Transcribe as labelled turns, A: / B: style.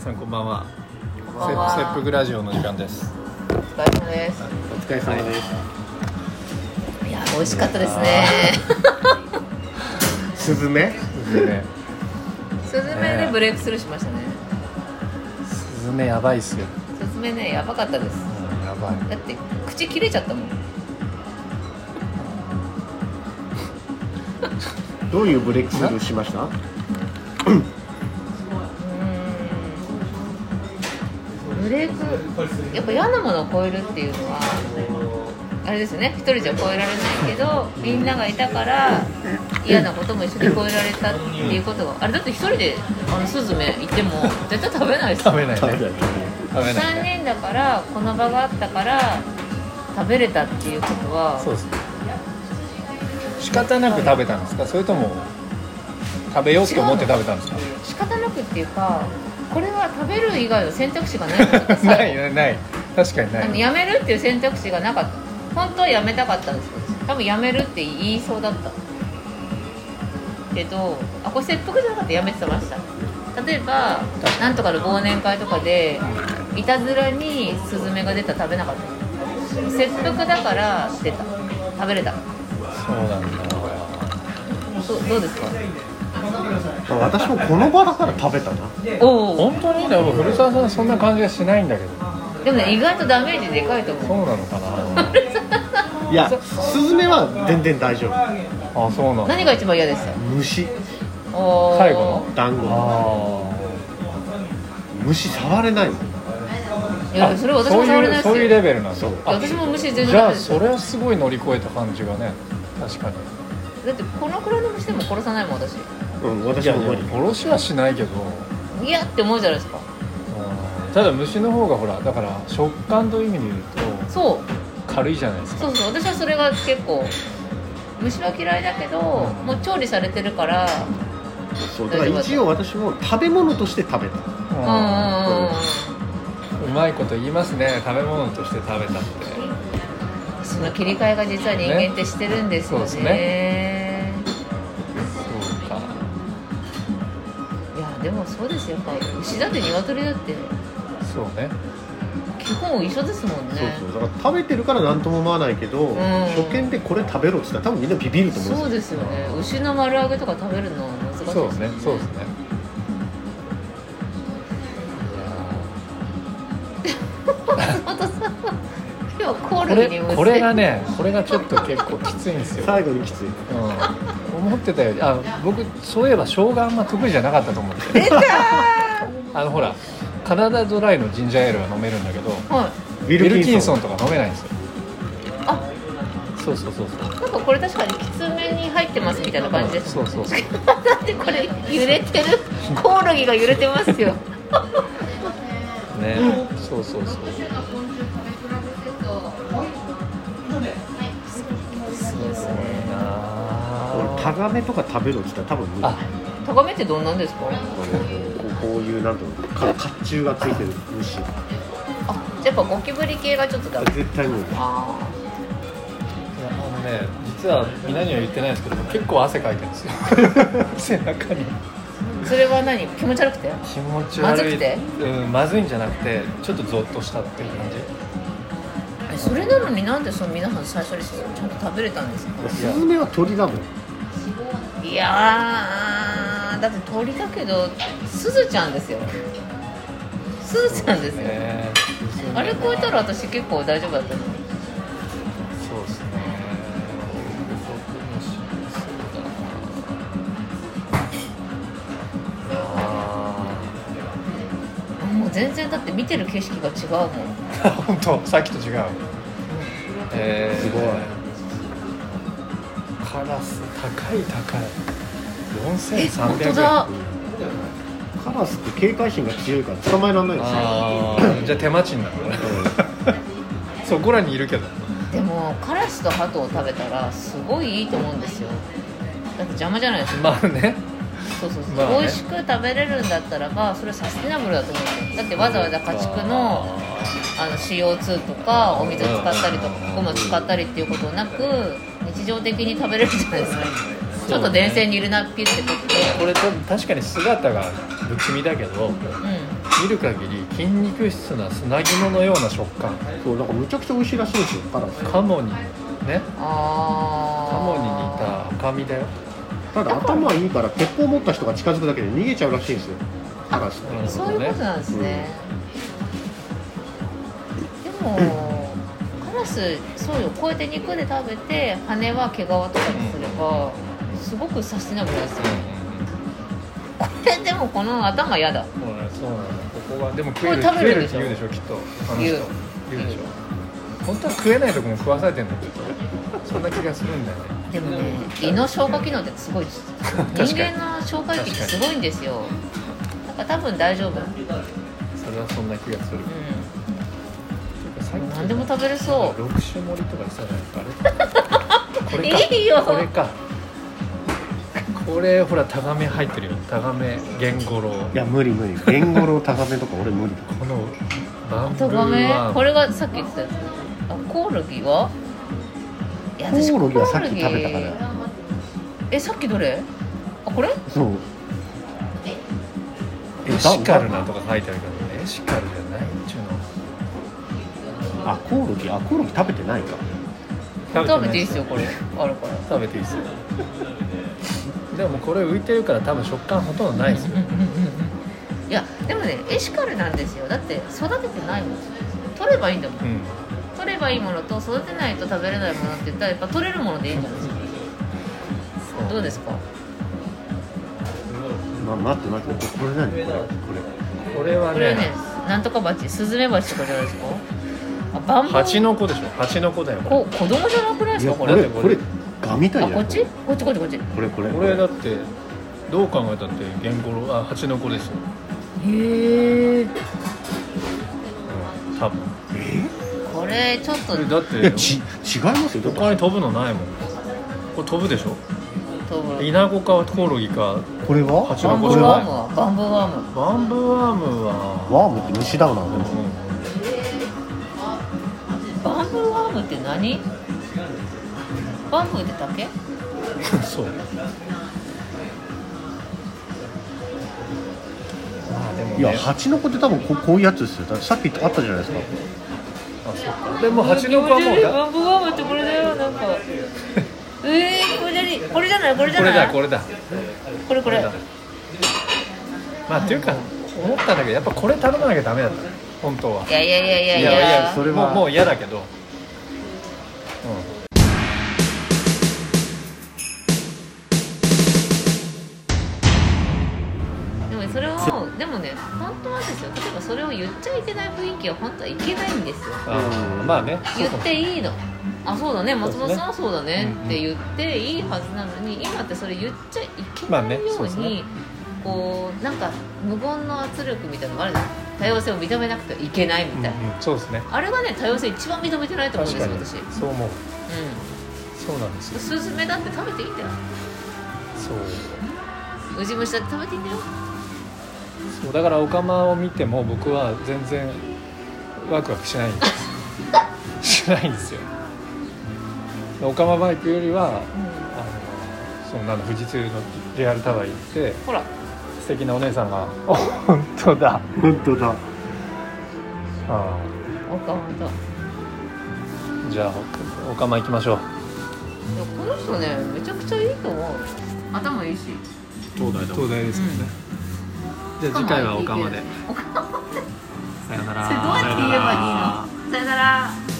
A: さんこんばんは。
B: こん
C: セ
B: ばんは
C: セップグラジオの時間です。
B: お疲れ様です
C: お疲れ様です。
B: いや美味しかったですね
D: スズメ
C: スズメ、
B: スズメでブレイクスルーしましたね
C: スズメやばいっすよ。
B: スズメねやばかったです
C: うんやばい。
B: だって口切れちゃったもん
D: どういうブレイクスルーしました
B: ブレイクやっぱ嫌なものを超えるっていうのはあれですよね一人じゃ超えられないけどみんながいたから嫌なことも一緒に超えられたっていうことがあれだって一人であのスズメいても絶対食べないですよ
C: 食べないね。食
D: べない
C: べない
B: 3
C: ね。
B: 人だからこの場があったから食べれたっていうことは
C: そうです。仕方なく食べたんですか。それとも食べようと思って食べたんですか。
B: 仕方なくっていうかこれは食べる以外の選択肢がないと思っ た
C: ないよねない。確かにな
B: あの
C: い。
B: 辞めるっていう選択肢がなかった本当は辞めたかったんですよ多分辞めるって言いそうだったけどあこれ切腹じゃなかったら辞めてました例えばなんとかの忘年会とかでいたずらにスズメが出たら食べなかった切腹だから出た食べれた
C: そうなんだ。
B: どどうですか
D: 私もこの場だから食べたな
B: おお
C: 本当にでも古澤さんそんな感じがしないんだけど。
B: でもね意外とダメージでかいと思
C: そううなのか
D: いやスズメは全然大丈夫
C: な。あそうなの。
B: 何が一番嫌でした
D: 虫
B: おー
C: 最後の
D: 団子
C: あ
D: 虫触れないもん
B: い
C: ー
B: やそれ私も触れないです
C: そういうそういう
B: よ
C: レベルなんだ
B: いや私も無視全然
C: じ
B: ダ
C: ゃ
B: メ
C: あ
B: です
C: それはすごい乗り越えた感じがね確かに
B: だってこのくらいの虫でも殺さないもん私
D: うん私
C: いや
D: も
C: でも
D: 無理
C: 殺しはしないけど
B: いやって思うじゃないですか
C: うんただ虫の方がほらだから食感という意味で言うと
B: そう
C: 軽いじゃないですか
B: そうそう私はそれが結構虫は嫌いだけどもう調理されてるから
D: そうだから一応私も食べ物として食べた
C: う
B: うんんうんうんうん
C: うまいこと言いますね食べ物として食べたって
B: その切り替えが実は人間ってしてるんですよ
C: ね
B: ね
C: そうですそうか
B: いやでもそうですよやっぱ牛だって鶏だって
C: そうね
B: 基本一緒ですもんね
D: そうそうだから食べてるから何とも思わないけど、
B: ん
D: 初見でこれ食べろって言ったら多分みんなビビると思うん
B: そう
D: ですよ
B: ですよね牛の丸揚げとか食べるのは難しいです
C: そう
B: よ
C: ですねそうですね
B: 本当さ今日 コ
C: こ
B: オロギに
C: れ
B: むせ
C: これがねこれがちょっと結構きついんですよ
D: 最後にきつい
C: うん思ってたよりあ僕そういえば生姜あんま得意じゃなかったと思ってあのほらカナダドライのジンジャーエールは飲めるんだけど
B: は
C: ウ
B: い
D: ウィ
C: ィル
D: ル
C: キ
D: キン
C: ンソン
D: ソン
C: とか飲めないんですよ
B: あ
C: そうそうそうそう
B: なんかこれ確かにきつめに入ってますみたいな感じです、
C: そうそうそう
B: だってこれ揺れてるコオロギが揺れてますよ
C: ねそうそうそう
B: そうですね
D: 俺タガメとか食べろって言ったら多分無理
C: あ
B: タガメってどんなんですか
D: こうこういうなんだろうか甲冑がついてる虫
B: あじゃあやっぱゴキブリ系がちょっとダメ
D: 絶対無理
C: い
B: あ
C: やあのね実は皆には言ってないんですけど結構汗かいてるんです よ背中に
B: ーそれは何気持ち悪くて
C: 気持ち悪い
B: まずくて
C: うん、まずいんじゃなくてちょっとゾッとしたっていう感じ
B: えそれなのになんでその皆さん最初にちゃんと食べれたんですか
D: スズメは鳥だもん
B: いやーだって鳥だけどすずちゃんですよすずちゃんですよ、
C: ね
B: あれ超えたら私結構大丈夫だったのに
C: そうですね。
B: もう全然だって見てる景色が違うもん
C: 本当、さっきと違う。えー
D: すごい。
C: カラス、高い高い。四
B: え
C: 千三
B: 本
C: 百
B: 当
C: 円。
B: だ
D: カラスって警戒心が強いから捕まえられないんですよ
C: あーじゃあ手間賃なのこれ。そこらにいるけど。
B: でもカラスとハトを食べたらすごいいいと思うんですよだって邪魔じゃないですか
C: まあね。
B: そうそうそ
C: ま
B: う、
C: あね
B: 美味しく食べれるんだったらばそれはサステナブルだと思うんですよだってわざわざ家畜のあの CO2 とかお水使ったりとか
C: うん
B: ゴム使ったりっていうことなく日常的に食べれるじゃないですかちょっと電線にいるなピュッて取って
C: これ多分確かに姿が不気味だけど、
B: うん
C: 見る限り筋肉質な砂肝のような食感
D: そうなんかむちゃくちゃ美味しいらしいんですよカラス
C: カモにね
B: あ
C: カ
B: あ
C: モに似た赤身だよ、
D: ただ頭いいから鉄砲持った人が近づくだけで逃げちゃうらしいんですよカラスって
C: うん
B: そういうことなんですね、でもカラスそうよこうやって肉で食べて羽は毛皮とかにすればすごくサステナブルですよこれでもこの頭やだ
C: そうなんだそうなんだここはでも食える
B: これ食べれ
C: 食え
B: る
C: る
B: で
C: っ
B: してょ
C: 言うでしょきっとあの人
B: 言う
C: 言うでしょ本当は食えないとこも食わされてんだけどそんな気がするんだよね
B: でもね胃の消化機能ってすごい です
C: 確かに
B: 人間の消化器ってすごいんですよだから多分大丈夫、う
C: それはそんな気がする最
B: ん、
C: 近
B: 何でも食べれそ
C: 6種盛りとかしたじゃないですかあれこれか
B: いいよ
C: これかこれほらタガメ入ってるよタガメゲンゴロウ
D: いや無理無理ゲンゴロウタガメとか俺無理だ
C: このバン
B: う
C: ブ
B: と
C: ー
B: ごめ
C: ワ
B: ん
C: ン
B: これがさっき言ってたやつあコオロギはいや私
D: コオロギはさっき食べたから
B: コオロギえさっきどれあこれ
D: そう
C: エシカルなとか書いてあるけどエシカルじゃないっちゅう
D: あコオロギあコオロギ食べてないか
C: の
B: 食べていいですよ
C: な
B: これあるから
C: 食べていいですよでもこれ浮いてるから多分食感ほとんどないですよ
B: いやでもねエシカルなんですよだって育ててないもん取ればいいんだもん
C: うん
B: 取ればいいものと育てないと食べれないものって言ったらやっぱ取れるものでいいんじゃないですかどうですか
D: ま待って待ってこれ何これこ
C: これは
B: これは
C: ね
B: ねなんとかバチスズメバチとかじゃないですかあバンボ
C: 蜂の子でしょ蜂の子だよこ
B: こ子供じゃなくないで
D: れい
B: す
D: や
B: か
D: こ
B: こ
C: い
B: れ
D: れこれガみた
B: あ
D: いじ
B: こ
D: ゃん
B: っちこっちこっちこっちへ
D: これこれ
C: れこれだってどう考えたってゲンゴロウあ蜂の子ですよ
B: え
C: 多分
B: これちょっと
C: これだって
D: いやち違いますよだって
C: 他に飛ぶのないもんこれ飛ぶでしょ
B: 飛ぶ
C: イナゴかコオロギか
D: これは
C: 蜂
B: バ
C: の
B: ン
C: 子
B: ボ
D: こ
C: じ
D: れ
C: ゃな
B: ーワ
C: い
B: ームはバンボーワーム
C: バンブーワームは、
D: ワームって虫だよなでも
C: う
B: バンブーワームって何バンブーって竹
C: ん、そうまあでもね
D: いや蜂の子って多分こうこういうやつですよだってさっきあったじゃないですか
C: あそっかでも蜂の子はもうだ
B: バンブーワームってこれだよ なんかえー、これじゃこれじゃないこれじゃ
C: これ
B: な
C: だ
B: い
C: これだ
B: これこ
C: これ
B: れ
C: だまあっていうか思ったんだけどやっぱこれ頼まなきゃダメだった本当はい
B: やいやいやいやい
D: いや
B: や
D: いやそれは
C: もうもう嫌だけど、うん、
B: でもそれをでもね本当はですよ例えばそれを言っちゃいけない雰囲気は本当はいけないんですよ
C: あ
D: う
C: ー
D: ん
C: まあね
B: 言っていいのあそうだね松本さんはそうだね
C: うん
B: って言っていいはずなのに今ってそれ言っちゃいけ
C: まあ
B: ない
C: ね
B: よ
C: そう
B: う
C: ですね
B: にこうなんか無言の圧力みたいなのがあるじゃん多様性を認めなくてはいけないみ
C: うん
B: たいな、
C: うん、そうですね
B: あれがね多様性一番認めてないと思うん
C: 確
B: で
C: か
B: すよ
C: に
B: 私
C: そう思う
B: う
C: そうなんです
B: ん
C: よ
B: スズメだって食べていいんだよ
C: そう
B: ウジ虫だって食べていいんだよ
C: そうだからオカマを見ても僕は全然ワクワクしないんですしないんですよオカマバイクよりはあのそのなんだ富士通のリアルタワー行って
B: ほら
C: 素敵なお姉さんが「お本当だ
D: 本当だ」
C: あ
B: おかまと
C: ーじゃあお釜行きましょう
B: いやこの人ねめちゃくちゃいいと思う頭いいし
C: 東大東大です
B: もんね、
C: じゃあ次回はお釜で
B: おかまって
C: さよな
B: ど
C: ら
B: うやって言えばいいのさよなら